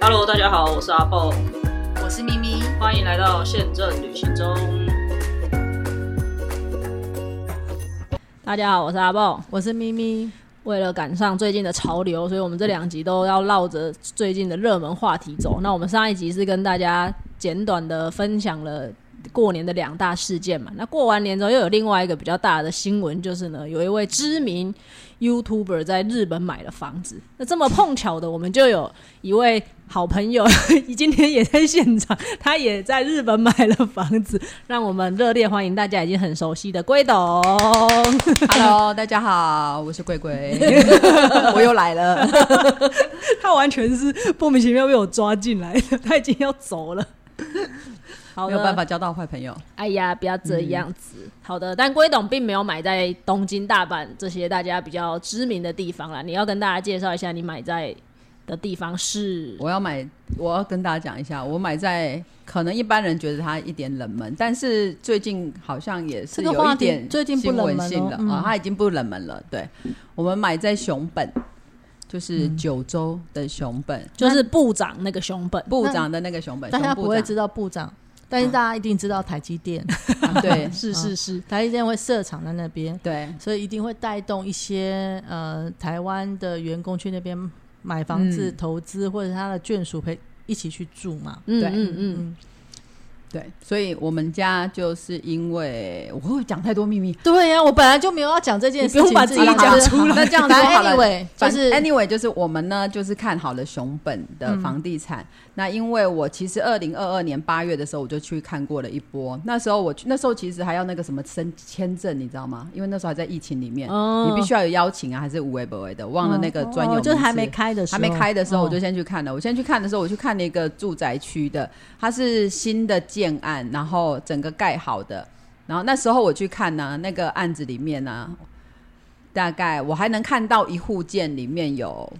Hello，大家好，我是阿豹，我是咪咪，欢迎来到宪政旅行中。大家好，我是阿豹。我是咪咪。为了赶上最近的潮流，所以我们这两集都要绕着最近的热门话题走。那我们上一集是跟大家简短的分享了过年的两大事件嘛。那过完年之后，又有另外一个比较大的新闻，就是呢，有一位知名 YouTuber 在日本买了房子。那这么碰巧的，我们就有一位好朋友， 今天也在现场，他也在日本买了房子。让我们热烈欢迎大家已经很熟悉的龟董。 Hello，大家好，我是贵贵，我又来了。他完全是莫名其妙被我抓进来的，他已经要走了。 好没的，有办法。交到坏朋友，哎呀，不要这样子。好的，但龟董并没有买在东京、大阪这些大家比较知名的地方啦。你要跟大家介绍一下，你买在的地方是我要买，我要跟大家讲一下，我买在可能一般人觉得它一点冷门，但是最近好像也是这个有话一题点最近不新冷闻门性哦了啊、嗯它已经不冷门了。对，我们买在熊本，就是九州的熊本，嗯就是部长那个熊本。部长的那个熊本，大家熊不呃部嗯会长知道部长，但是大家一定知道台积 电，啊 对是是是，台积电会设厂在那边，对，所以一定会带动一些呃台湾的员工去那边买房子、嗯投资，或者他的眷属陪一起去住嘛。嗯对嗯嗯，嗯，对，所以我们家就是因为我会不会讲太多秘密，对呀、我本来就没有要讲这件事情，你不用把自己好了讲出来 好了那这样子反正好了 anyway 就 反是 anyway，就是我们呢，就是看好了熊本的房地嗯产。那因为我其实二零二二年八月的时候我就去看过了一波，那时候我去，那时候其实还要那个什么申签证，你知道吗？因为那时候还在疫情里面，哦你必须要有邀请啊，还是无为不为的，忘了那个专有、哦名就是还词没开的时还候，没开的时候，哦我就先去看了。我先去看的时候，我去看了一个住宅区的，它是新的建案，然后整个盖好的。然后那时候我去看呢、那个案子里面呢、大概我还能看到一户建里面有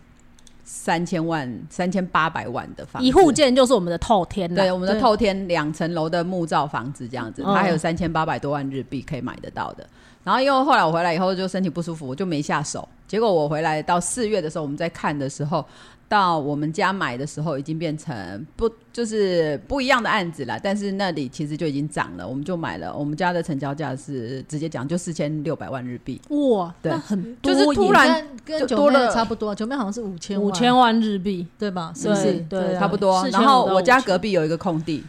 三千万、三千八百万的房子，一户建就是我们的透天啦对，我们的对透天两层楼的木造房子这样子，嗯它还有三千八百多万日币可以买得到的。然后因为后来我回来以后就身体不舒服，我就没下手。结果我回来到四月的时候，我们在看的时候，到我们家买的时候已经变成不就是不一样的案子了，但是那里其实就已经涨了，我们就买了。我们家的成交价是直接讲就四千六百万日币，哦哇，对那很多就耶，是突然跟就跟九多妹了的差不多，九妹好像是五千五千万日币，对吧？是对不是？对啊差不多。 4000然后到我家5000隔壁有一个空地，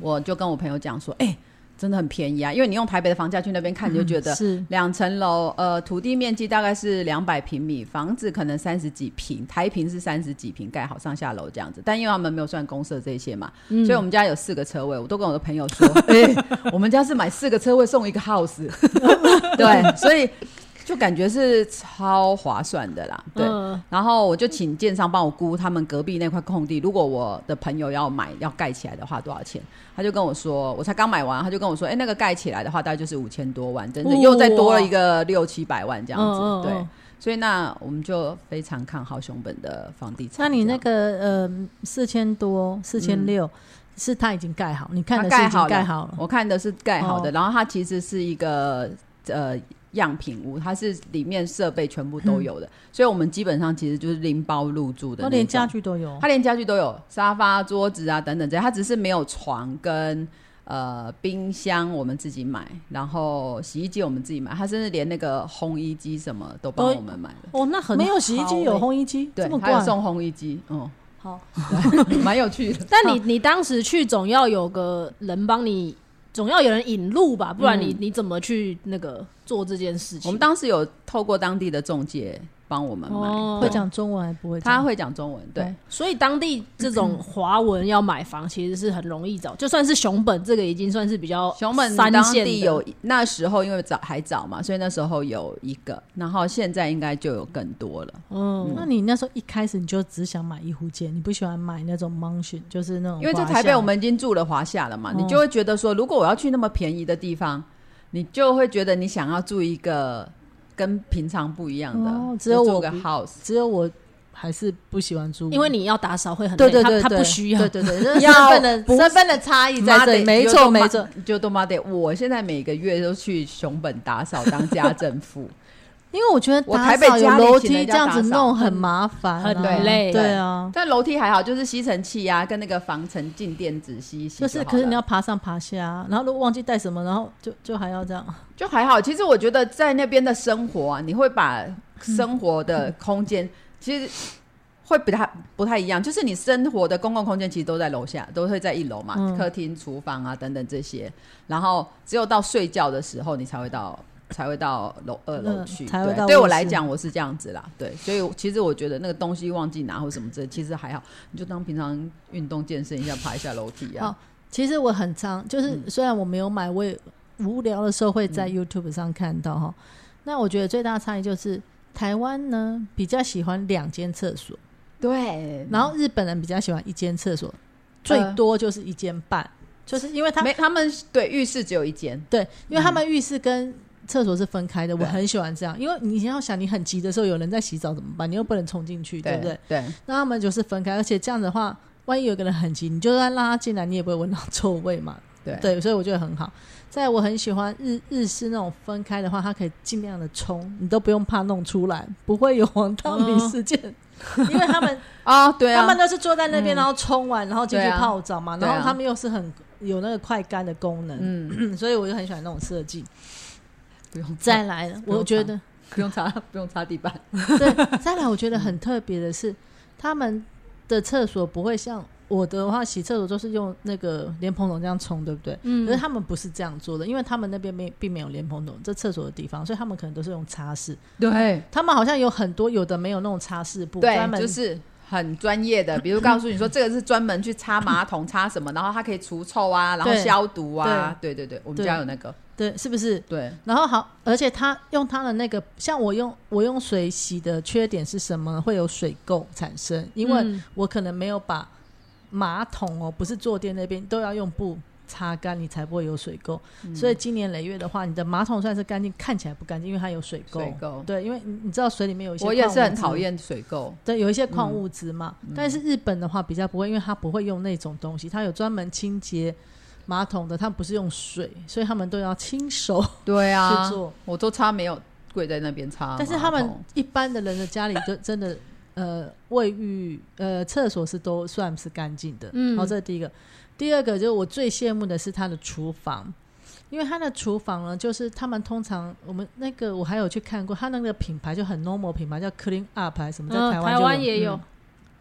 我就跟我朋友讲说，哎、真的很便宜啊，因为你用台北的房价去那边看，你就觉得嗯是两层楼，呃，土地面积大概是两百平米，房子可能三十几平，台平是三十几平，盖好上下楼这样子。但因为他们没有算公社这些嘛，嗯所以我们家有四个车位，我都跟我的朋友 说，哎、我们家是买四个车位送一个 house，对， 所以就感觉是超划算的啦，对。嗯然后我就请建商帮我估他们隔壁那块空地，如果我的朋友要买要盖起来的话多少钱？他就跟我说，我才刚买完，他就跟我说，哎、那个盖起来的话大概就是五千多万，真的哦哇又再多了一个六七百万这样嗯子。嗯嗯对，所以那我们就非常看好熊本的房地产。那你那个个呃四千多四千六，是他已经盖好，你看的是盖已经好盖了哦好了，我看的是盖好的，哦然后它其实是一个呃。样品屋，它是里面设备全部嗯都有的，所以我们基本上其实就是拎包入住的他那种。哦连家具都有它。连家具都有，沙发、桌子啊等等这些，它只是没有床跟呃冰箱，我们自己买，然后洗衣机我们自己买，它甚至连那个烘衣机什么都帮都我们买了。哦，那很没有洗衣好机，耶有烘衣机，对这么，还有怪。送烘衣机，嗯，好，蛮有趣的。但你你当时去总要有个人帮你，总要有人引路吧，不然你、你怎么去那个做这件事情？我们当时有透过当地的中介帮我们买，哦会讲中文还不会讲？他会讲中文，对对，所以当地这种华文要买房其实是很容易找，就算是熊本这个已经算是比较熊本三当线的地有那时候因为早还早嘛，所以那时候有一个，然后现在应该就有更多了。嗯那你那时候一开始你就只想买一户建，你不喜欢买那种 mansion，就是那种因为在华台北夏哦我们已经住了华夏了嘛，你就会觉得说，如果我要去那么便宜的地方，你就会觉得你想要住一个跟平常不一样的，哦只就有住我个不 house。只有我还是不喜欢住，因为你要打扫会很累，对对对他他对不需要，对 对对，身份的不身份的差异在妈这里，得没就错都妈没错。， 就都妈得，我现在每个月都去熊本打扫当家政妇，因为我觉得我打台北扫有家里楼请人梯家这样子打扫弄很麻烦、啊，很对累对啊，但楼梯还好，就是吸尘器啊，跟那个防尘静电子吸一吸就是好可是了你要爬上爬下啊，然后如果忘记带什么，然后就就还要这样。就还好。其实我觉得在那边的生活啊，你会把生活的空间、其实会不太不太一样，就是你生活的公共空间其实都在楼下，都会在一楼嘛，嗯客厅、厨房啊等等这些。然后只有到睡觉的时候，你才会到。才会到楼二楼嗯去，才会对，到对我卧来室讲我是这样子啦，对，所以其实我觉得那个东西忘记拿或什么这其实还好，你就当平常运动健身一下，爬一下楼梯啊哦，其实我很常，就是嗯虽然我没有买，我也无聊的时候会在 YouTube 上看到哈。那我觉得最大差异就是台湾呢比较喜欢两间厕所，对，然后日本人比较喜欢一间厕所，最多就是一间半，就是因为他嗯没他们对浴室只有一间，对，因为他们浴室跟厕所是分开的，我对很喜欢这样，因为你要想你很急的时候有人在洗澡怎么办？你又不能冲进去，对不对？对，那他们就是分开，而且这样的话，万一有一个人很急，你就算让他进来，你也不会闻到臭味嘛。对对，所以我觉得很好。在我很喜欢日日式那种分开的话，它可以尽量的冲，你都不用怕弄出来，不会有黄道米事件，哦 因为他们、啊，对他啊们，都是坐在那边，然后冲完，然后进去对啊泡澡嘛，对啊然后他们又是很有那个快干的功能，嗯，所以我就很喜欢那种设计。不 用再来了，不用我觉怕得不用擦，不用擦地板，对，再来，我觉得很特别的是，他们的厕所不会像我的话，洗厕所都是用那个莲蓬头这样冲，对不对？嗯可是他们不是这样做的，因为他们那边没并没有莲蓬头这厕所的地方，所以他们可能都是用擦拭。对他们好像有很多有的没有那种擦拭布，专对，门就是。很专业的，比如告诉你说这个是专门去擦马桶、擦什么，然后它可以除臭啊，然后对消毒啊，对对对，我们对家有那个，对，是不是？对，然后好，而且他用他的那个，像我用我用水洗的缺点是什么呢？会有水垢产生，因为嗯我可能没有把马桶哦，不是坐垫那边都要用布擦干，你才不会有水垢。嗯所以今年累月的话，你的马桶算是干净，看起来不干净，因为它有水垢。水垢对，因为你你知道水里面有一些，我也是很讨。厌嗯水垢，对，有一些矿物质嘛，但是日本的话比较不会，因为它不会用那种东西，它有专门清洁马桶的，它不是用水，所以他们都要亲手对啊去做，我都擦没有跪在那边擦马桶，但是他们一般的人的家里就 真的，呃，卫浴、呃，厕所是都算是干净的。嗯好，这是第一个。第二个就是我最羡慕的是他的厨房，因为他的厨房呢，就是他们通常我们那个我还有去看过，他那个品牌就很 normal 品牌叫 Clean Up 还是什么，在嗯台湾、台湾也有，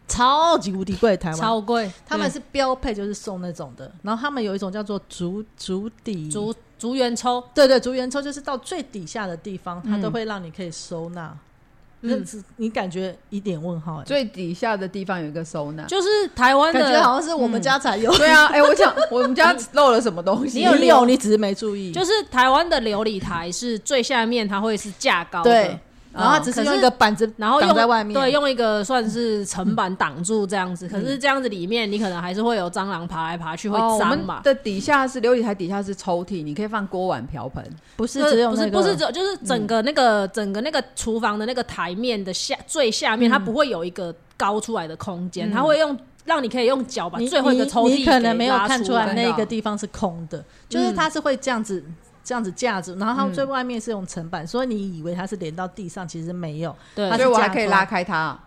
超级无敌贵，台湾。超贵，他们对是标配，就是送那种的。然后他们有一种叫做竹竹底竹竹园抽，对对，竹园抽就是到最底下的地方，它嗯都会让你可以收纳。嗯那是你感觉一点问号、欸，最底下的地方有一个收纳，就是台湾感觉的，好像是我们家才嗯有。对啊，哎，我想我们家漏了什么东西，你有有，你只是没注意。就是台湾的琉璃台是最下面，它会是架高的，对，然后它只哦可是是用一个板子，然后用挡在外面。对，用一个算是层板挡住这样子。可是这样子里面，你可能还是会有蟑螂爬来爬去，会哦，我脏们嘛？的底下是琉璃台，底下是抽屉，你可以放锅碗瓢盆，不是就只有不是那个，不是只有就是整个嗯那个、整个那个厨房的那个台面的下最下面，它不会有一个高出来的空间，它会用嗯让你可以用脚把你最后一个抽屉你你可能给没有拉看出嗯出来来那个地方是空的，就是它是会这样子。这样子架着，然后它嗯最外面是用层板，所以你以为它是连到地上，其实没有，对它所是以我架还可以高拉开它啊。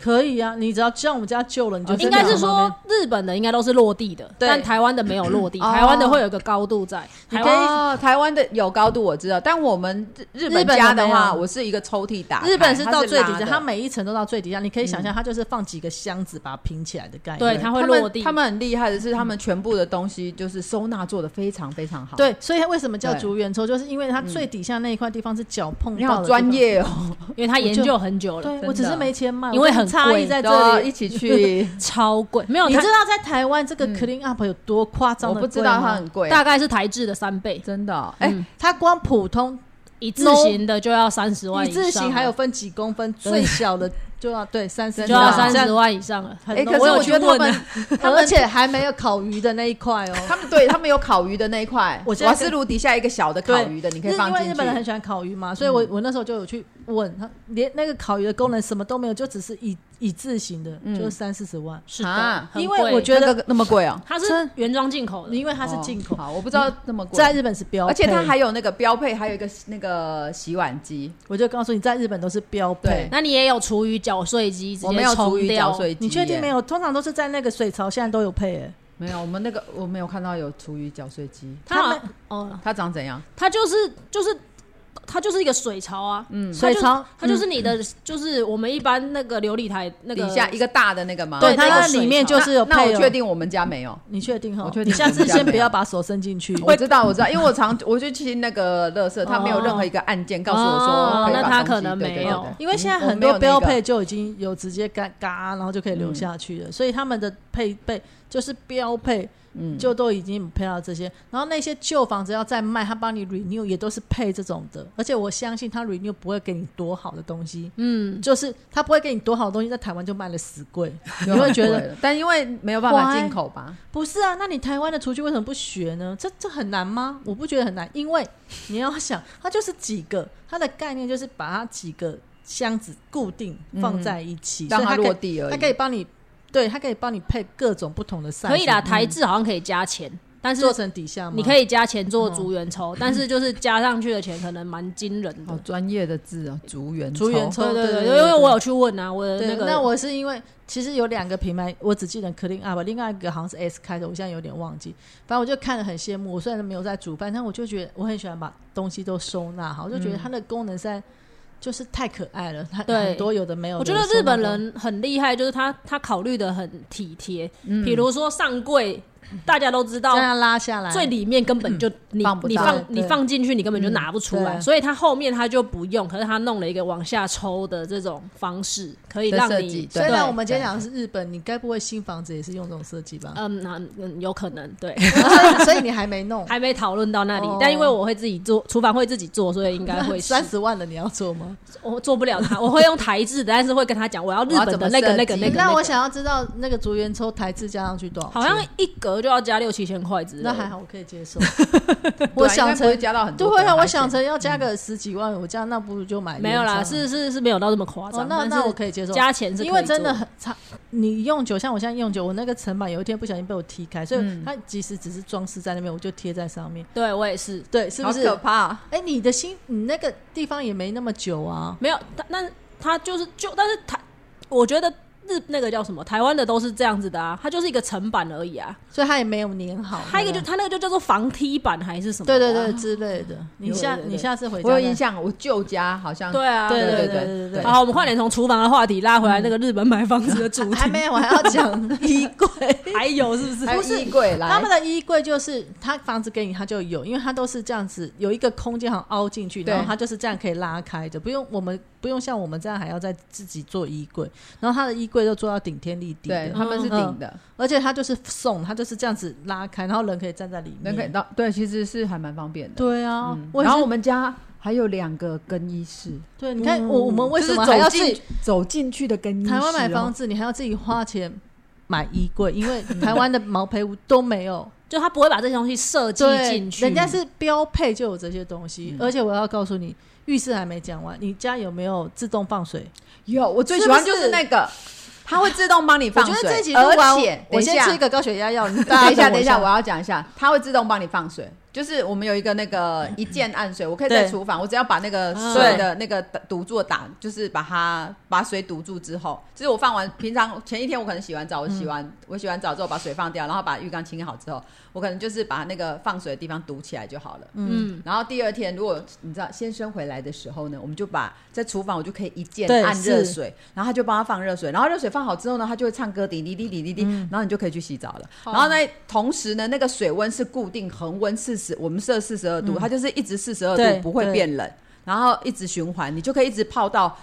可以啊，你只要像我们家旧了，你就哦应该是真的往那说日本的应该都是落地的，对但台湾的没有落地，哦台湾的会有一个高度在。台湾哦，台湾的有高度我知道，但我们日日日本本家的的没话，有我是一个抽屉打开，日本是它到最底拉下，的它每一层都到最底下。你可以想象，它就是放几个箱子把它拼起来的概念。对它他会们落地他们很厉害的是，他们全部的东西就是收纳做的非常非常好。，对，所以它为什么叫对竹园抽？就是因为它最底下那一块地方是脚碰你到好的专地业哦，因为他研究很久方。了，对，的我只是没钱买，哦因为我跟你很差异贵在都要这里啊一。起 去。超贵，没有你它知道在台湾这个 clean up 有多夸张我的不知贵道吗它很贵，大概是台制的三倍，真的哦哎，它光普通一字型的就要三十万一字以上啊型了还有分几公分，最小的就要对三十就要三十万以上了。很哎多可是有我去觉得他问们啊呢而且还没有烤鱼的那一块哦。哎他们对他们有烤鱼的那一块，我现在瓦斯炉底下一个小的烤鱼的，你可以是放因进为去。嗯日本人很喜欢烤鱼嘛，所以我、我那时候就有去问他，连那个烤鱼的功能什么都没有，就只是以以字型的，嗯就三四十万。是的，啊很因为贵我觉得那个那么贵哦，它是原装进口的，因为它是进口哦，好，我不知道那么贵，在日本是标配，而且它还有那个标配，还有一个那个洗碗机，我就告诉你，在日本都是标配对。那你也有厨余搅碎机，直我接没有厨冲余掉搅。碎机，你确定没？有？通常都是在那个水槽，现在都有配、欸。没有，我们那个我没有看到有厨余搅碎机，它他好们像哦，它长怎样？它就是就是它就是一个水槽啊，嗯，水槽它就是你的，就是我们一般那个琉璃台那个底下一个大的那个吗？对它那个那水里面槽就是有那那配、我哦。确定我们家没有。你确定哈？我确定你下次先我们家没有不要把手伸进去。我知道，我知道，因为我常我就去那个乐色，他没有任何一个按键告诉我哦说可以把东西，那它可能对对对没有对嗯因为现在我很没有那多标个配就已经有直接嘎嘎，然后就可以流下去了，所以他们的配备就是标配，嗯就都已经配到这些。然后那些旧房子要再卖，他帮你 renew 也都是配这种的，而且我相信他 renew 不会给你多好的东西，嗯，就是他不会给你多好的东西，在台湾就卖了死贵，就你会 很觉贵得了，但因为没有办法 Why？进口吧， 不是啊？那你台湾的厨具为什么不学呢？这这很难吗？我不觉得很难，因为你要想，它就是几个，它的概念就是把它几个箱子固定放在一起，所嗯让以它它可以落地而已。它可以帮你，对，它可以帮你配各种不同的赛，可以啦，台制好像可以加钱，但是做成底下吗？你可以加钱做竹园抽，但是就是加上去的钱可能蛮惊人好的。专业的字啊，竹园竹园抽对对对对，对因对为我有去问啊，我的对。那个，那我是因为其实有两个品牌，我只记得 Clean Up，另外一个好像是 S 开头，我现在有点忘记。反正我就看了很羡慕。我虽然没有在煮饭，但我就觉得我很喜欢把东西都收纳好，我就觉得它的功能实在就是太可爱了，它嗯对很多有的没有的我觉得日本收纳都人很厉害，就是他他考虑的很体贴，比如说上柜，大家都知道这。样拉下来，最里面根本就你放不你到放对你放进去，你根本就拿不出对来，所以他后面他就不用，可是他弄了一个往下抽的这种方式，可以的让设计你对虽然对我们今天讲的是日本，你该不会新房子也是用这种设计吧？ 嗯，那嗯有可能对， 所以所以你还没弄，还没讨论到那里哦，但因为我会自己做，厨房会自己做，所以应该 会是三十万的你要做吗？我做不了它，我会用台制的，但是会跟他讲我要日本的那个我要怎么设计那个那个，哎那那我个想要知道那个竹园抽台字加上去多少钱？好像一格就要加六七千块之类的，那还好，我可以 接受。啊我啊想成成加到很多对个会还啊，行，我想成要加个十几万，我这样那不如就买嗯没有啦，啊原厂是是是没有到这么夸哦张，，那但那是我可以接受。加钱是可以因为真的很差，你用久，像我现在用久，我那个层板有一天不小心被我踢开，所嗯以它即使只是装饰在那边，我就贴在上面。做对我也是对，是不是好？可怕啊？哎，你的心，你那个地方也没那么久啊。没有，但但他就是就但是台，我觉得日那个叫什么台湾的都是这样子的啊，它就是一个层板而已啊，所以它也没有粘好。它一个就它那个就叫做防踢板还是什么的啊、对不对对对对之类的。你下对对对你下次回家我再，有印象，我舅家好像对哦啊，对对对对对对对对。嗯对好，我们快点从厨房的话题拉回来，那个日本买房子的主 还题，没有，我还要讲衣柜。 还有是不是？还有衣柜来，他们的衣柜就是他房子给你，他就有，因为他都是这样子，有一个空间好像凹进去，对然后他就是这样可以拉开的，不用我们不用像我们这样还要再自己做衣柜，然后他的衣柜都做到顶天立地对的，嗯他们是顶的，而且他就是送，他就是这样子拉开，然后人可以站在里能可以面。到对，其实是还蛮方便的。嗯对啊，我然后也我是们家还有两个更衣室，对，你看嗯我我们为就什是么还走要自己进走进去的更衣室哦？台湾买房子，你还要自己花钱买衣柜，因为台湾的毛坯屋都没有。就他不会把这些东西设计对进，去，人家是标配就有这些东西。嗯而且我要告诉你，浴室还没讲完，你家有没有自动放水？有，我最喜欢是不就是是那个，它会自动帮你我放觉水，得这集录完而且，我等一先下吃一个高血压 药。你大家等一下，等一下，我我要讲一下，它会自动帮你放水。就是我们有一个那个一键按水，我可以在对厨房，我只要把那个嗯水的那个堵住打，就是把它把水堵住之后，就是我放完平常前一天我可能洗完澡，我洗完、我洗完澡之后把水放掉，然后把浴缸清好之后，我可能就是把那个放水的地方堵起来就好了。嗯，然后第二天，如果你知道先生回来的时候呢，我们就把在厨房我就可以一键对按热是水，然后他就帮他放热水，然后热水放好之后呢，他就会唱歌滴滴滴滴滴滴，然后你就可以去洗澡了。然后呢，同时呢，那个水温是固定恒温四十，我们设四十二度，它就是一直四十二对度不会变冷，然后一直循环，你就可以一直泡到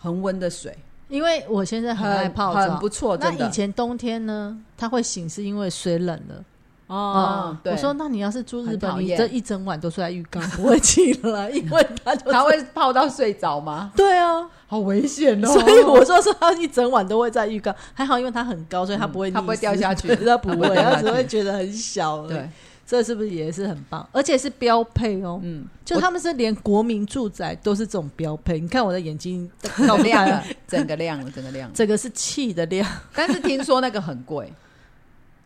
恒温的水，因为我现在很爱泡很澡，不错，那真以的。前冬天呢，它会醒是因为水冷了。哦，嗯对我说那你要是住日很本，讨你厌这一 整晚都睡在浴缸，不会起来，因为它就它会泡到睡着吗？对啊，好危险哦！所所以以我我说是他一整晚都会在浴缸，还好因为它很高，所以它不会嗯它不会溺掉死 下去对它不它不会会，掉下它去只会觉得很小。对，，这是不是也是很棒？而且是标配哦，嗯，就他们是连国民住宅都是这种标配。你看我的眼睛，我亮了，整个亮了，整个亮了。这个是气的量， 但是听说那个很贵，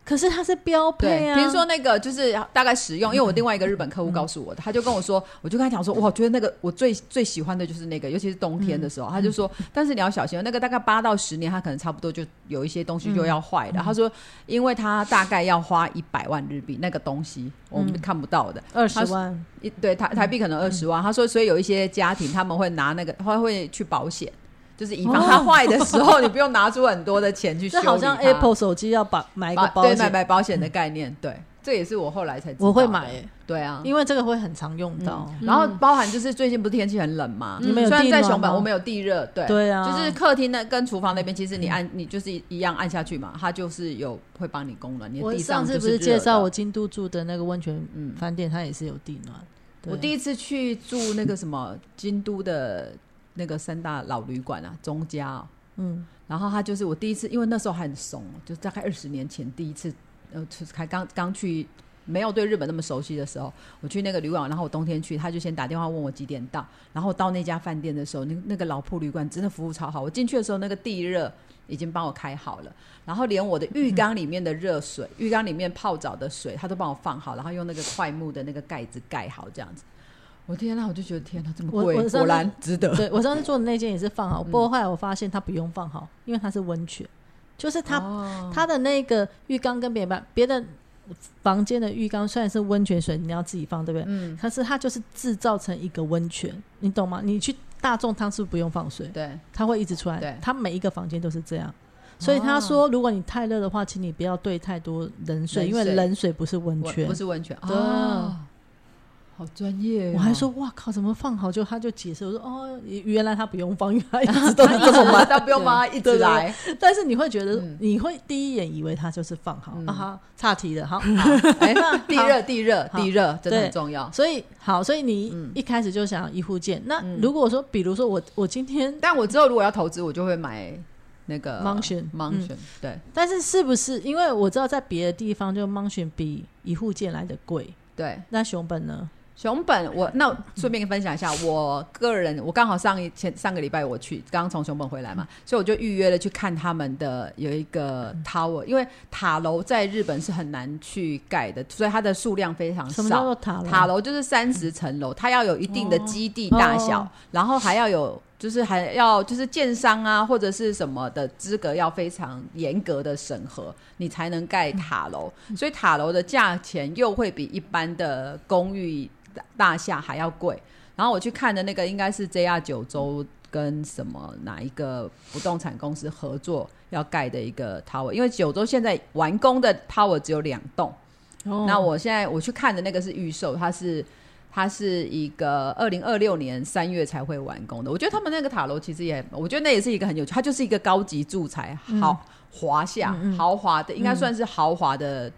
可是它是标配啊。听说那个就是大概使用，因为 我另外一个日本客户告诉我的，他就跟我说，嗯我就跟他讲说，哇，我觉得那个我最最喜欢的就是那个，尤其是冬天的时嗯候，他就说，但是你要小心，那个大概八到十年，它可能差不多就有一些东西就要坏嗯了。他说，因为他大概要花一百万日币，那个东西我们看不到的，二十万，一对台台币可能二嗯十万，他说，所以有一些家庭他们会拿那个，他会去保险，就是以防它坏的时候，你不用拿出很多的钱 去修理哦这它。好像 Apple 手机要把买一个买保对险，买买保险的概念，对，这也是我后来才知道的我会买，欸对嗯啊。因为这个会很常用到。然后包含就是最近不是天气很冷嘛，你们嗯有虽然地在暖熊本吗我们有地热，对对啊就是客厅那跟厨房那边，其实你按你就是一样按下去嘛，它就是有会帮你供暖，你的我地上上次就不是介绍热的我京都住的那个温泉嗯饭店，它也是有地暖。我第一次去住那个什么京都的那个三大老旅馆啊，中家哦、嗯，然后他就是我第一次，因为那时候还很怂，就大概二十年前第一次，呃，就是还刚刚去，没有对日本那么熟悉的时候，我去那个旅馆，然后我冬天去，他就先打电话问我几点到，然后到那家饭店的时候，那那个老铺旅馆真的服务超好，我进去的时候那个地热已经帮我开好了，然后连我的浴缸里面的热水，浴缸里面泡澡的水，他都帮我放好，然后用那个快木的那个盖子盖好这样子。我天呐，我就嗯觉得天呐，这么我贵，我上次果然值得。对我上次做的那件也是放好，嗯不过后来我发现它不用放好，因为它是温泉，就是它哦它的那个浴缸跟别的别的房间的浴缸虽然是温泉水，你要自己放，对不对？嗯，可是它就是制造成一个温泉，你懂吗？你去大众汤是不是不用放水？对。它会一直出来对。哦它每一个房间都是这样。所以他说，如果你太热的话，请你不要兑太多冷水，冷因为水冷水不是温温泉不。是温泉对哦，好专业、哦我 还说，，哇靠，怎么放好？就他就解释，我说哦，原来他不用放，因 为他一直都他是一这直 来，么玩。他不用吗？一直来，但是你会觉得嗯，你会第一眼以为他就是放好嗯啊哈，岔题 了，好，哎，地热，地热，好地热，真的很对重要。所以好，所以你嗯一开始就想要医护件。那嗯如果说，比如说我我今天，但我之后如果要投资，我就会买那个 Mansion， mansion，对但是是不是因为我知道在别的地方就 m o n t i o n 比医护件来的贵，对。那熊本呢？熊本，我那我顺便分享一下，我个人我刚好上一前上个礼拜我去，刚刚从熊本回来嗯嘛，所以我就预约了去看他们的有一个 tower，因为塔楼在日本是很难去盖的，所以它的数量非常什么叫少。做塔楼？塔楼就是三十层楼，它要有一定的基地大小，哦然后还要有就是还要就是建商啊或者是什么的资格要非常严格的审核，你才能盖塔楼。嗯所以塔楼的价钱又会比一般的公寓大大厦还要贵。然后我去看的那个应该是 JR 九州跟什么哪一个不动产公司合作要盖的一个 tower，因为九州现在完工的 tower 只有两栋。哦那我现在我去看的那个是预售，它是它是一个二零二六年三月才会完工的。我觉得他们那个塔楼其实也，我觉得那也是一个很有趣，它就是一个高级住宅，豪华夏嗯嗯豪华的，应该算是豪华的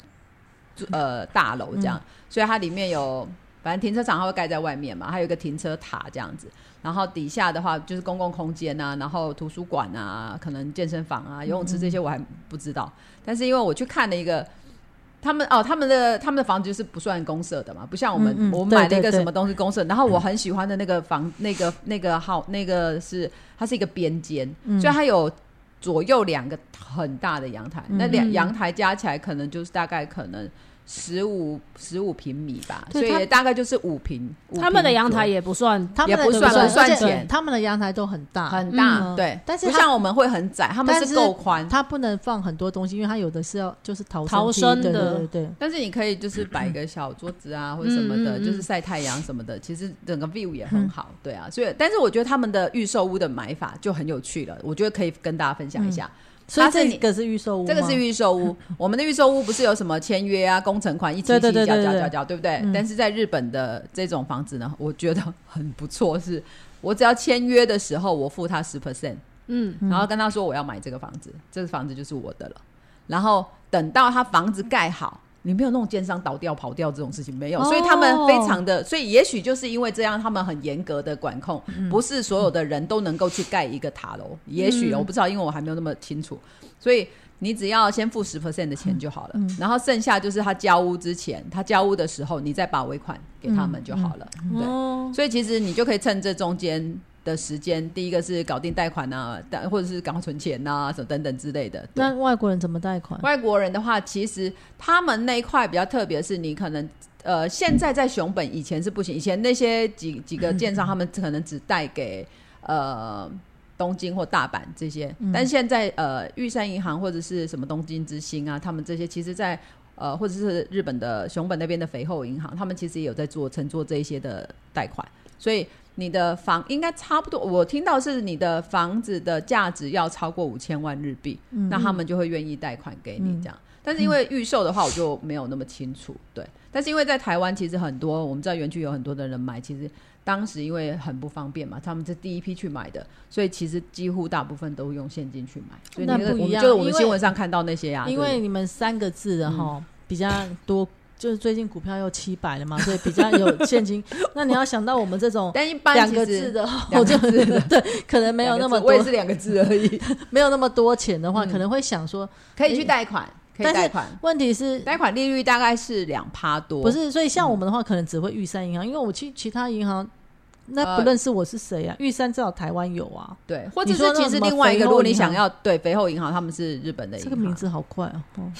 住呃大楼这嗯样。所以它里面有。反正停车场它会盖在外面嘛，还有一个停车塔这样子，然后底下的话就是公共空间啊，然后图书馆啊，可能健身房啊、游泳池这些我还不知道，但是因为我去看了一个他们哦，他们的他们的房子就是不算公社的嘛，不像我们，嗯嗯我买了一对个对对什么东西公社，然后我很喜欢的那个房，那个那个号，那个是它是一个边间，嗯所以它有左右两个很大的阳台，那两嗯阳台加起来可能就是大概可能十五十五平米吧，所对以它也大概就是五平，五他们的平阳左台右也不算，他们的也不算对不算而且钱他们的阳台都很大，很大，嗯对，但是不它像我们会很窄，他们但是是够宽，它不能放很多东西，因为它有的是要就是逃逃梯生对的对对对。但是你可以就是摆个小桌子啊，或者什么的，嗯嗯嗯就是晒太阳什么的，其实整个 view 也很好，对啊。所以，但是我觉得他们的预售屋的买法就很有趣了，我觉得可以跟大家分享一下。所它以是这你个是预售屋吗，这个是预售 屋，我们的预售屋不是有什么签约啊、工程款一期一期对对对交对交对嗯交交，对不对？但是在日本的这种房子呢，我觉得很不错，是我只要签约的时候，我付他十 percent。嗯，然后跟他说我要买这个房子，这个房子就是我的了。然后等到他房子盖好，你没有那种奸商倒掉跑掉这种事情没有，哦所以他们非常的，所以也许就是因为这样，他们很严格的管控，嗯不是所有的人都能够去盖一个塔楼。也许嗯我不知道，因为我还没有那么清楚，所以。你只要先付十 percent 的钱就好了，然后剩下就是他交屋之前，他交屋的时候，你再把尾款给他们就好了。对，哦，所以其实你就可以趁这中间的时间，第一个是搞定贷款啊，但或者是赶快存钱啊，什么等等之类的。对那外国人怎么贷款？外国人的话，其实他们那一块比较特别，是你可能呃，现在在熊本以前是不行，以前那些几几个建商他们可能只贷给呃东京或大阪这些，但现在呃玉山银行或者是什么东京之星啊，他们这些其实在。呃，或者是日本的熊本那边的肥后银行，他们其实也有在做承做这一些的贷款，所以你的房应该差不多。我听到是你的房子的价值要超过五千万日币，嗯那他们就会愿意贷款给你这样。但是因为预售的话，我就没有那么清楚。对，但是因为在台湾，其实很多我们知道园区有很多的人买，其实当时因为很不方便嘛，他们是第一批去买的，所以其实几乎大部分都用现金去买。所以嗯那你个不一我们样就是我们因为新闻上看到那些啊，因对为你们三个字的哈、嗯比较多，就是最近股票又七百了 嘛，所以比较有现金。那你要想到我们这种但一般两其个实字的话，两我就 个字的对，可能没有那么我也 多是，两个字而已，没有那么多钱的话，嗯可能会想说，可以去贷款，可以但是贷款，问题是贷款利率大概是两趴多，不是？所以像我们的话，可能只会玉山银行，因为我去其他银行。嗯那呃不认识我是谁啊？玉山至少台湾有啊，对，或者你说是那种其实什么另外一个，肥厚如果你银行想要对肥厚银行，他们是日本的银这行，个名字好怪哦。哦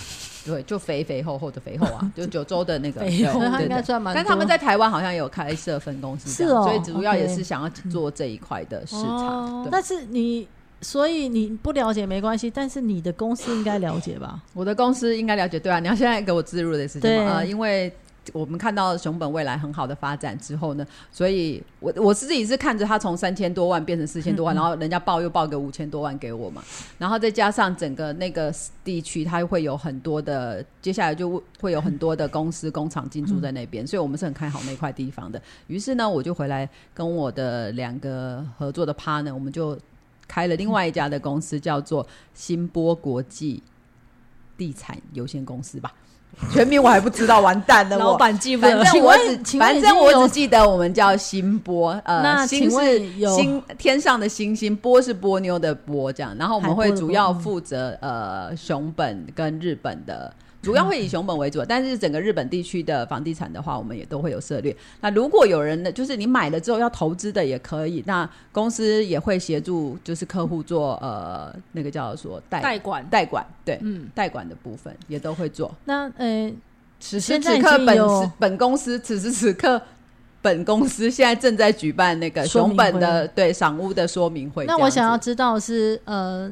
对，就肥肥厚厚的肥厚啊，就九州的那个肥厚对 他对应该对赚蛮多但他们在台湾好像也有开设分公司这样，是哦所以主要也 OK 是想要做这一块的市哦场。对但是你，所以你不了解没关系，但是你的公司应该了解 吧？我的公司应该了解，对啊，你要现在给我植入的是什对么？呃，因为。我们看到熊本未来很好的发展之后呢，所以我我自己是看着它从三千多万变成四千多万，然后人家报又报个五千多万给我嘛，然后再加上整个那个地区，它会有很多的，接下来就会有很多的公司工厂进驻在那边，所以我们是很看好那块地方的。于是呢，我就回来跟我的两个合作的 partner，我们就开了另外一家的公司，叫做新波国际地产有限公司吧。全名我还不知道，完蛋 了！我老板记不 反得，正请我问只请问反已正经我有只记得我们叫新波，呃，那星请问是有星天上的星星，波是波妞的波这样。然后我们海会波的主波要嗯负责呃熊本跟日本的。主要会以熊本为主，但是整个日本地区的房地产的话，我们也都会有涉猎。那如果有人呢，就是你买了之后要投资的也可以，那公司也会协助，就是客户做呃那个叫做代代管，代管，对，嗯，代管的部分也都会做。那呃，此时现此在刻已经本有时本公司此时此刻本公司现在正在举办那个说熊明本的会对赏屋的说明会。那我这想要样子知道是呃，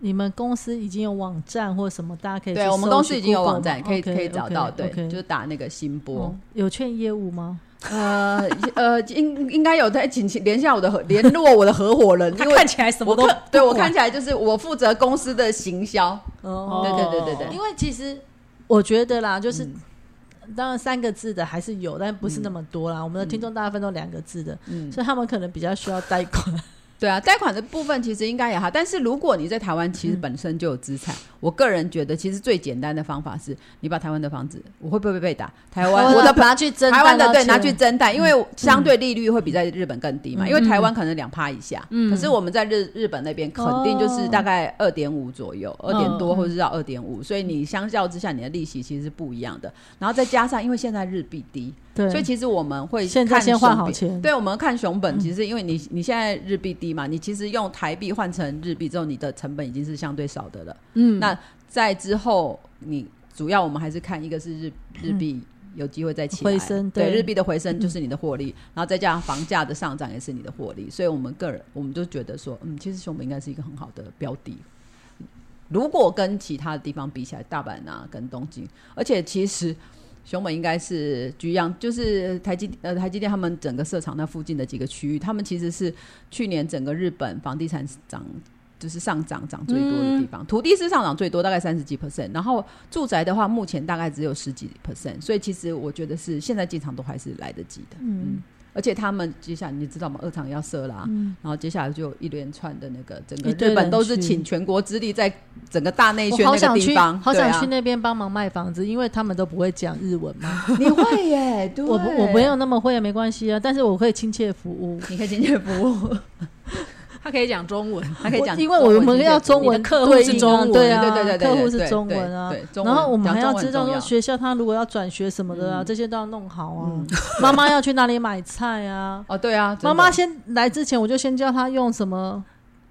你们公司已经有网站或什么，大家可以去对我们搜公司去已经有 Google 网站，吗可以 OK，可以找 OK，到，对， OK 就是打那个新波哦。有券业务吗？呃呃，应应该有在请请联系一下我的合联络我的合伙人，他因为看起来什么我都看对我不管看起来就是我负责公司的行销，哦，对对对对因对，为其实我觉得啦，就是、嗯当然三个字的还是有，但不是那么多啦。我们的听众大部分都两个字的，嗯。所以他们可能比较需要贷款。对啊，贷款的部分其实应该也好，但是如果你在台湾其实本身就有资产，我个人觉得其实最简单的方法是你把台湾的房子，我会不会被打？台湾 我的拿去征台湾的对贷拿到去钱增贷，因为相对利率会比在日本更低嘛，因为台湾可能两趴以下，可是我们在日日本那边肯定就是大概二点五左右，二点多或者是到二点五，所以你相较之下你的利息其实是不一样的，然后再加上因为现在日币低，对，所以其实我们会现在看先换熊好本钱嗯对，我们看熊本，其实因为你你现在日币低嘛，你其实用台币换成日币之后，你的成本已经是相对少的了。嗯，那在之后，你主要我们还是看一个是日日币。有机会再起来嗯回升对对嗯日币的回升就是你的获利，然后再加上房价的上涨也是你的获利，所以我们个人我们就觉得说，嗯，其实熊本应该是一个很好的标的，如果跟其他的地方比起来，大阪啊跟东京，而且其实熊本应该是居样，就是台积呃台积电他们整个设厂那附近的几个区域，他们其实是去年整个日本房地产涨。就是上涨涨最多的地方，嗯土地是上涨最多，大概三十几 percent。然后住宅的话，目前大概只有十几 percent，所以其实我觉得是现在进场都还是来得及的。嗯，而且他们接下来你知道吗？二厂要设啦，嗯然后接下来就有一连串的那个整个一堆日本人都是去请全国之力在整个大内我宣好那个想地去，方，好对想啊去那边帮忙卖房子，因为他们都不会讲日 文嘛。你会耶？对我不我没有，那么会，没关系啊，但是我可以亲切服务。 你可以进去服务，他可以讲中文， 他可以讲中文，因为我们要中你文的客户是对应啊中文对啊，对对对对对客户是对中文啊对对。中文然后我们还讲中要文知道重要嗯说，学校他如果要转学什么的啊，这些都要弄好啊。 妈妈要去哪里买菜啊？哦，对嗯啊，真的妈妈先来之前，我就先教她用什么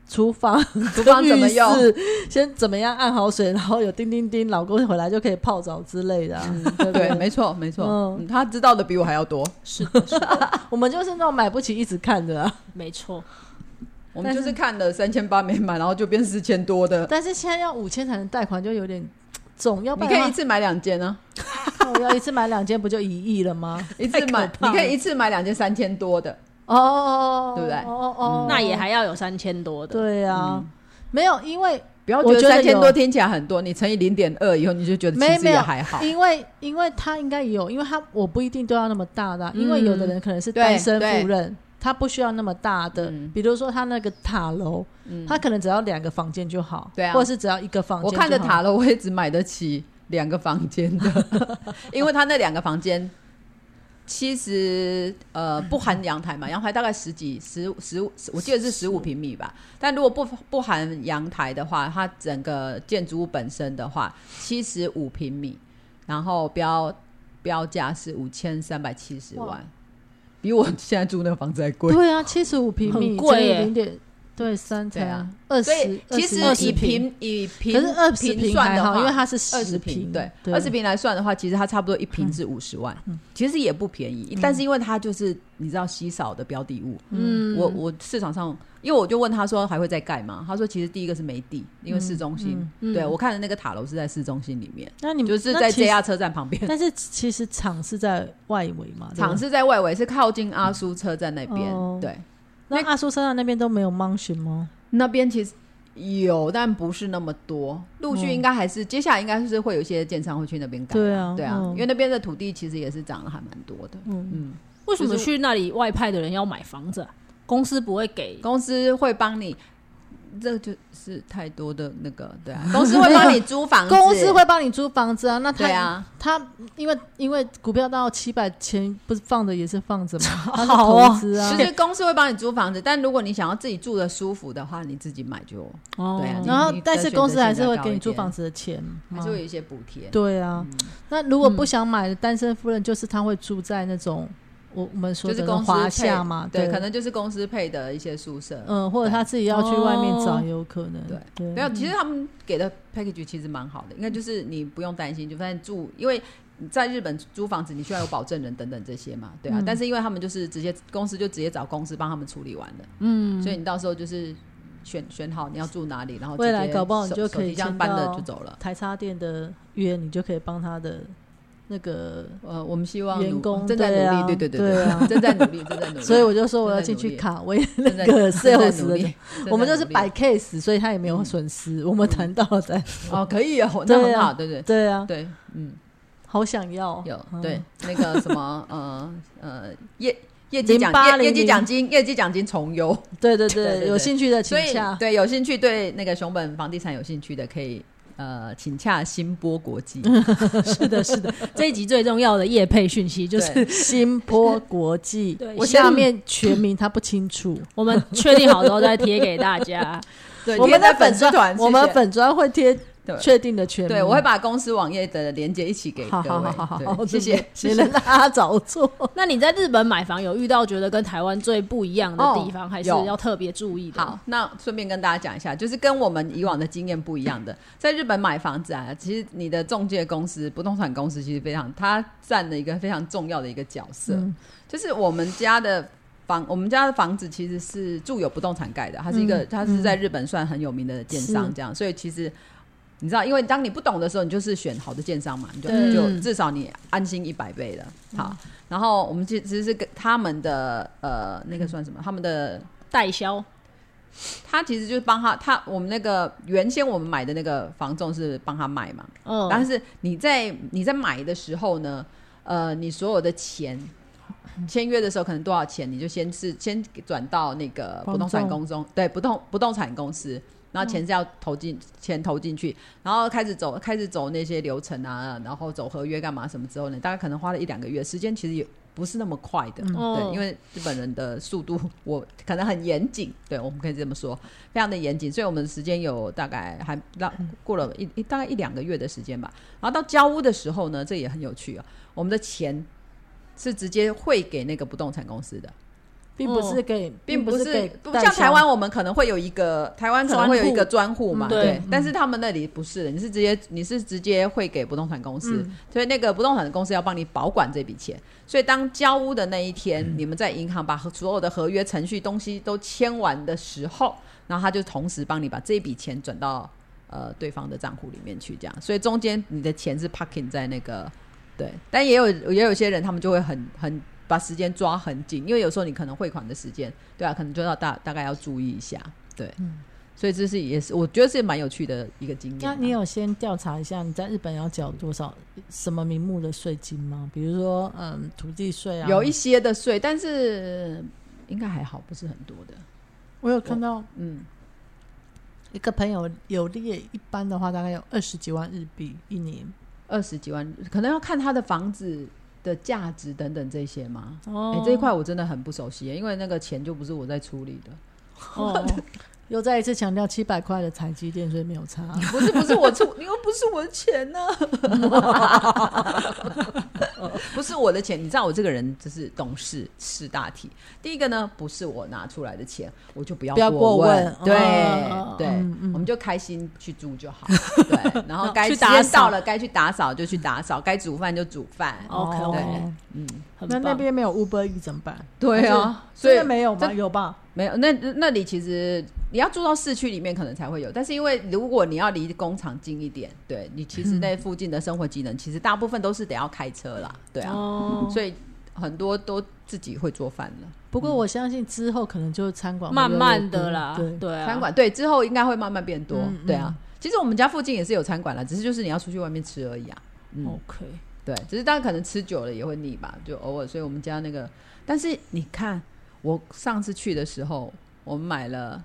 厨 房、厨房怎么用浴室， 先怎么样按好水，然后有叮叮叮，老公回来就可以泡澡之类的、啊，对不对，没错没错，嗯嗯他知道的比我还要多， 我们就是那种买不起一直看的、啊，没错，我们就是看了三千八没买，然后就变四千多的，但是现在要五千才能贷款，就有点重，要不你可然的以话一次买两件啊，我要一次买两间，不就一亿了吗？一次太买可怕你了可以一次买两件三千多的，哦哦哦，对不对嗯哦哦哦，那也还要有三千多的。对啊，没有，因为不要我觉得觉得三千有多听起来很多，你乘以零点二以后，你就觉得没其实没也有还好。因为因为他应该也有，因为他我不一定都要那么大的啊、嗯因为有的人可能是对单身对赴任，他不需要那么大的，嗯比如说他那个塔楼，嗯他可能只要两个房间就好，对啊或者是只要一个房间我就好，看着塔了，我也只买得起两个房间的， 因为他那两个房间其实呃不含阳台嘛，阳台大概十几十十五，我记得是十五平米吧。但如果不不含阳台的话，它整个建筑物本身的话，七十五平米，然后标标价是五千三百七十哇万，比我现在住那个房子还贵。对啊，七十五平米很贵耶零点对三对啊才二所十以，其实二以十平。平以平可是二十平平算还的好，话，因为它是二十十平，对，对，嗯二十平来算的话，其实它差不多一平是五十万，其实也不便宜。但是因为它就是你知道稀少的标的物，嗯，我我市场上，因为我就问他说还会再盖吗？他说其实第一个是没地，因为市中心，嗯嗯对我看的那个塔楼是在市中心里面，那你们就是那在其实 JR 车站旁边。但是其实厂是在外围嘛，对吧厂是在外围，是靠近阿苏车站那边，哦对，那阿叔山上那边都没有 mansion 吗？那边其实有，但不是那么多。陆续应该还是、接下来应该是会有一些建商会去那边盖啦。嗯对啊对啊，嗯因为那边的土地其实也是涨了还蛮多的。嗯，嗯，为什么去那里外派的人要买房子啊？公司不会给公司会帮你，这就是太多的那个对 啊，公司会帮你租房子，公司会帮你租房子啊，那他对啊，他因为因为股票到七百钱不是放着也是 放着嘛，它是好啊投资啊就。是公司会帮你租房子，但如果你想要自己住的舒服的话，你自己买就哦对啊然后你你，但是公司还是会选择性比较高给一你点租房子的钱还嘛是。会有一些补贴。对啊，嗯那如果不想买的单身夫人，就是他会住在那种我我们说就的是那公种司华配夏嘛，对，可能就是公司配的一些宿舍，嗯，或者他自己要去外面找也有可能。哦对对，没有，其实他们给的 package 其实蛮好的，应该就是你不用担心，就反正住，因为你在日本租房子你需要有保证人等等这些嘛，对啊。嗯但是因为他们就是直接公司就直接找公司帮他们处理完了，嗯，所以你到时候就是选选好你要住哪里，然后未来直接搞不好你手就可手以机这样签搬了到就走了。台插店的约，你就可以帮他的那个呃，我们希望员努工正在努力，对对对对啊对啊 正在努力，正在努力。所以我就说我要进去卡位那正在正个在 sales 努的力，，嗯我们就正在是努力摆 case，所以他也没有损失，我们谈到了再哦，可以哦，那对很啊好，对对对啊，对，嗯。好想要有嗯对那个什么呃呃业业绩奖0800业业绩奖金业绩奖金重优，对对对对对对，有兴趣的请所以洽，对有兴趣对那个熊本房地产有兴趣的可以。呃，请洽新波国际，嗯是的，是的。这一集最重要的业配讯息 就是对新波国 际对，我先下面全名他不清楚，我们确定好之后再贴给大家。 对我贴们在的粉丝专团，我谢们谢粉专会贴对确定的全名，对，我会把公司网页的连接一起给各好好位好好。好，对对谢谢，谢你谢能让他找错。那你在日本买房有遇到觉得跟台湾最不一样的地方，还是哦有要特别注意的？好，，那顺便跟大家讲一下，就是跟我们以往的经验不一样的，在日本买房子啊，其实你的中介公司、不动产公司其实非常，它占了一个非常重要的一个角色。就是我们家的房，我们家的房子其实是住有不动产盖的，它是一个，它是在日本算很有名的建商，是这样，所以其实。你知道，因为当你不懂的时候，你就是选好的建商嘛，你就对就嗯至少你安心一百倍了。好，然后我们其实是跟他们的呃那个算什么，他们的代销他其实就是帮他，他我们那个原先我们买的那个房仲是帮他卖嘛，嗯，但是你在你在买的时候呢，呃，你所有的钱签约的时候可能多少钱，你就先是先转到那个不动产公中，对不动不动产公司，然后钱是要投进、钱投进去，然后开始走开始走那些流程啊，然后走合约干嘛什么之后呢，大概可能花了一两个月，时间其实也不是那么快的，哦对，因为日本人的速度我可能很严谨，对我们可以这么说，非常的严谨，所以我们的时间有大概还到过了一一大概一两个月的时间吧，然后到交屋的时候呢，这也很有趣啊，我们的钱是直接汇给那个不动产公司的，并不是给，哦并不不是给不代像销台湾，我们可能会有一个台湾可能会有一个专户嘛，嗯对对。但是他们那里不是的，你是直接你是直接会给不动产公司，所以那个不动产公司要帮你保管这笔钱。所以当交屋的那一天，你们在银行把所有的合约程序东西都签完的时候，然后他就同时帮你把这笔钱转到呃对方的账户里面去，这样。所以中间你的钱是 parking 在那个对，但也有也有些人他们就会很很把时间抓很紧，因为有时候你可能汇款的时间，对啊，可能就要大大概要注意一下，对，所以这是也是我觉得是蛮有趣的一个经验啊、那你有先调查一下你在日本要缴多少什么名目的税金吗？比如说，嗯，土地税啊，有一些的税，但是应该还好，不是很多的，我有看到嗯，一个朋友有列，一般的话大概有二十几万日币一年，二十几万，可能要看他的房子的价值等等这些嘛。哎、哦这一块我真的很不熟悉，因为那个钱就不是我在处理的，哦， 又再一次强调七百块的台积电税没有差，不是不是我出， 又不是我的钱呢、 不是我的钱。你知道我这个人就是懂事识大体。第一个呢，不是我拿出来的钱，我就不要不要过过问对、嗯对、嗯嗯我们就开心去住就好。对，然后该去时间打扫到了，该去打扫就去打扫，该煮饭就煮饭。 OK，哦对嗯，很那棒。那边没有 Uber E 怎么办？对啊，所所以以没有吗？这有吧？没有，那那里其实你要住到市区里面可能才会有，但是因为如果你要离工厂近一点，对你其实那附近的生活机能，其实大部分都是得要开车啦，对啊，哦，所以很多都自己会做饭了。不过我相信之后可能就是餐馆会慢慢越来的越多啦，对，对啊，餐馆对之后应该会慢慢变多，嗯嗯对啊。其实我们家附近也是有餐馆啦，只是就是你要出去外面吃而已啊。嗯 OK，对，只是大家可能吃久了也会腻吧，就偶尔。所以我们家那个，但是你看，我上次去的时候，我们买了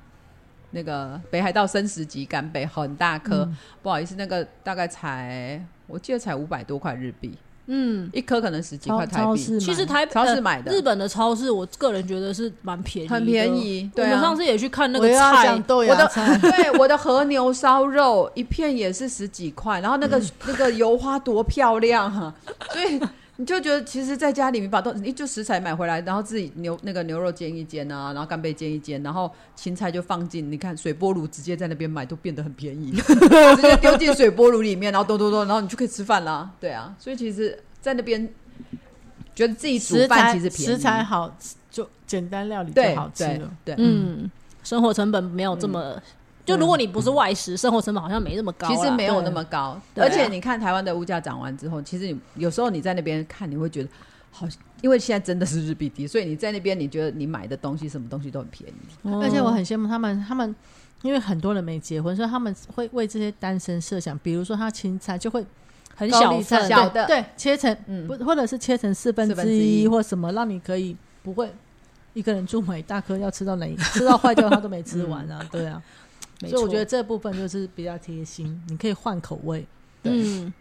那个北海道生食级干贝，很大颗。嗯不好意思，那个大概才我记得才五百多块日币，嗯，一颗可能十几块超台超币，市其实买台超市买的呃日本的超市，我个人觉得是蛮便宜，很便。宜。我对们上啊。次也去看那我个又要菜讲，豆我芽的 菜对我的和牛烧肉一片也是十几块，然后那个、嗯 那个油花多漂亮啊！ 所以你就觉得其实在家里面把东你就食材买回来，然后自己牛那个牛肉煎一煎啊，然后干贝煎一煎，然后芹菜就放进，你看水波炉直接在那边买都变得很便宜， 直接丢进水波炉里面，然后咚咚咚，然后你就可以吃饭啦。对啊，所以其实在那边觉得自己煮食饭材其实便宜，食材好就简单料理就对好吃对了。对，嗯，生活成本没有这么，就如果你不是外食，生活成本好像没这么高啦，嗯啊其实没有那么高，对而且你看台湾的物价涨完之后，其实你有时候你在那边看，你会觉得好，因为现在真的是日币低，所以你在那边你觉得你买的东西什么东西都很便宜。哦，而且我很羡慕他们，他们因为很多人没结婚，所以他们会为这些单身设想。比如说，他青菜就会很高小丽菜份，小的对，对切成嗯不或者是切成四分四分之之一一或什么，让你可以不会一个人住每大颗要吃到哪一吃到坏掉，他都没吃完啊，对啊。没所以我错觉得这部分就是比较贴心，你可以换口味。嗯，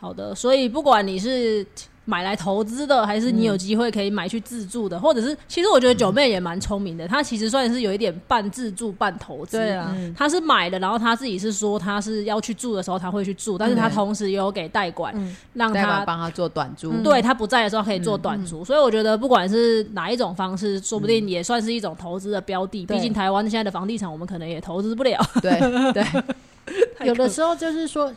好的。所以不管你是买来投资的，还是你嗯有机会可以买去自住的，或者是其实我觉得九妹也蛮聪明的，她其实算是有一点半自住半投资。对啊，她是买了，然后她自己是说她是要去住的时候她会去住，但是她对同时也有给代管，嗯让贷款她帮他嗯做短租，对他不在的时候可以做短嗯租，所以我觉得不管是哪一种方式，说不定也算是一种投资的标的。对毕竟台湾现在的房地产我们可能也投资不了。 对对，有的时候就是说，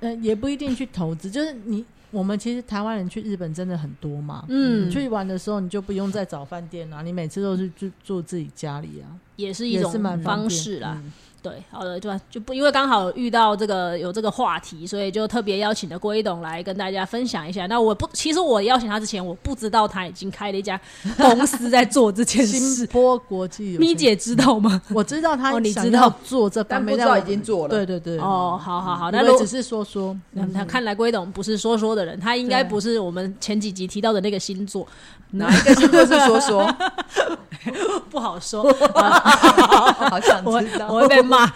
呃，也不一定去投资，就是你我们其实台湾人去日本真的很多嘛，嗯你，去玩的时候你就不用再找饭店啦、你每次都是住住自己家里啊，也是一也种是蛮方便嗯方式啦。对，好的，对吧，就不因为刚好遇到这个有这个话题，所以就特别邀请了郭一董来跟大家分享一下。那我不，其实我邀请他之前，我不知道他已经开了一家公司在做这件 新事。波国际有咪姐知道吗？我知道他哦你想知道要做这方 但面，不知道已经做了对对对，哦，好好好，我那以如为果只是说说，嗯他看来郭一董不是说说的人，他应该对不是我们前几集提到的那个星座， 哪一 个星座是说说？ 不好说。好 想我知道。我会 被骂。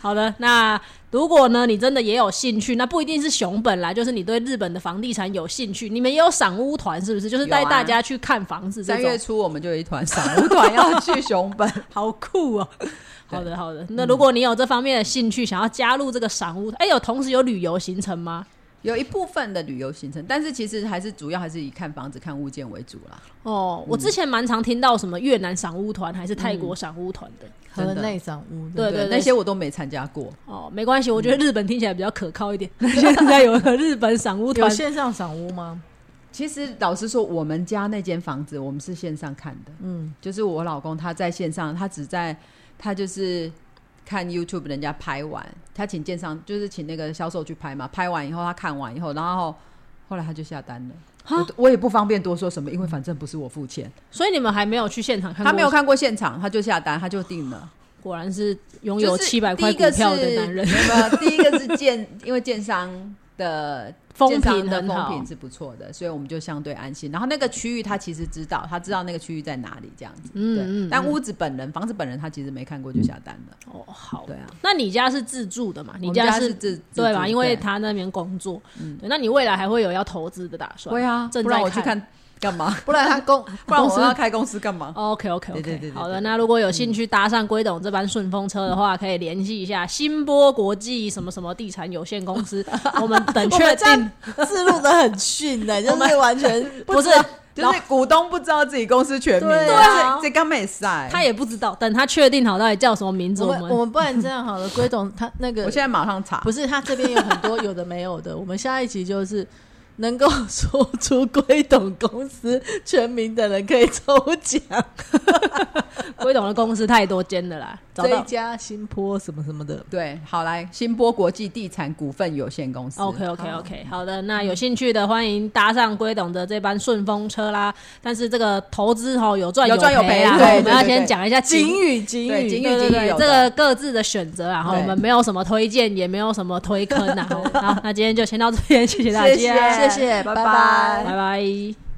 好的，那如果呢，你真的也有兴趣，那不一定是熊本啦，就是你对日本的房地产有兴趣，你们也有赏屋团是不是？就是带有啊大家去看房子这 三种，月初我们就有一团散舞团要去熊本， 好酷哦、好的，好的。那如果你有这方面的兴趣，想要加入这个赏屋，哎、有同时有旅游行程吗？有一部分的旅游行程，但是其实还是主要还是以看房子、看物件为主啦。哦，嗯我之前蛮常听到什么越南赏屋团还是泰国赏屋团的。真河的内长屋，对对嗯那些我嗯都没参加过。哦，没关系，我觉得日本听起来比较可靠一点。 现在有一个日本赏屋有团，线上赏屋吗？其实老实说，我们家那间房子我们是线上看的，嗯，就是我老公他在线上，他只在他就是看 YouTube 人家拍完，他请建商就是请那个销售去拍嘛，拍完以后他看完以后，然后后来他就下单了。哈我我也不方便多说什么，因为反正不是我付钱，所以你们还没有去现场看过？他没有看过现场，他就下单，他就定了。果然是拥有就是七百块股票的男 人，第一个是没有，第一个是建，因为建商的风建商评的很风好评。是不错的，所以我们就相对安心。然后那个区域他其实知道，他知道那个区域在哪里这样子。对，嗯嗯，但嗯屋子本人、房子本人他其实没看过就下单了。哦好对，啊，那你家是自住的嘛？你我们家是自对吧？吧？因为他那边工作，对，那你未来还会有要投资的打算？会啊，正不然在我去看干 嘛？不然他公 不然公司我要开公司干嘛？ OK OK 对对对对 OK，对好的。那如果有兴趣搭上龟董这班顺风车的话，可以联系一下新波国际什么什么地产有限公 司。我们等我确们这定样 自录的很逊的，就是完全不是，就是股东不知道自己公司全名，对啊这刚没晒。他也不知道。等他确定好到底叫什么名字，我我们们我们不然这样好了，龟董他那个我现在马上查不，是他这边有很多有的没有的，我们下一集就是能够说出龟董公司全名的人可以抽奖，龟董的公司太多间了啦， 找这一到家新坡什么什么的，对，好来，新波国际地产股份有限公司。 OK OK OK，好的，那有兴趣的欢迎搭上龟董的这班顺风车啦。但是这个投资吼有赚有赚有赔赔啊，对我们对要对先对讲一下警语。语警对语警语对对对，有这的个各自的选择啊，哈，对我们没有什么推荐，也没有什么 推坑啊。好，那今天就先到这边，谢谢大家，谢谢谢谢，拜拜拜拜拜。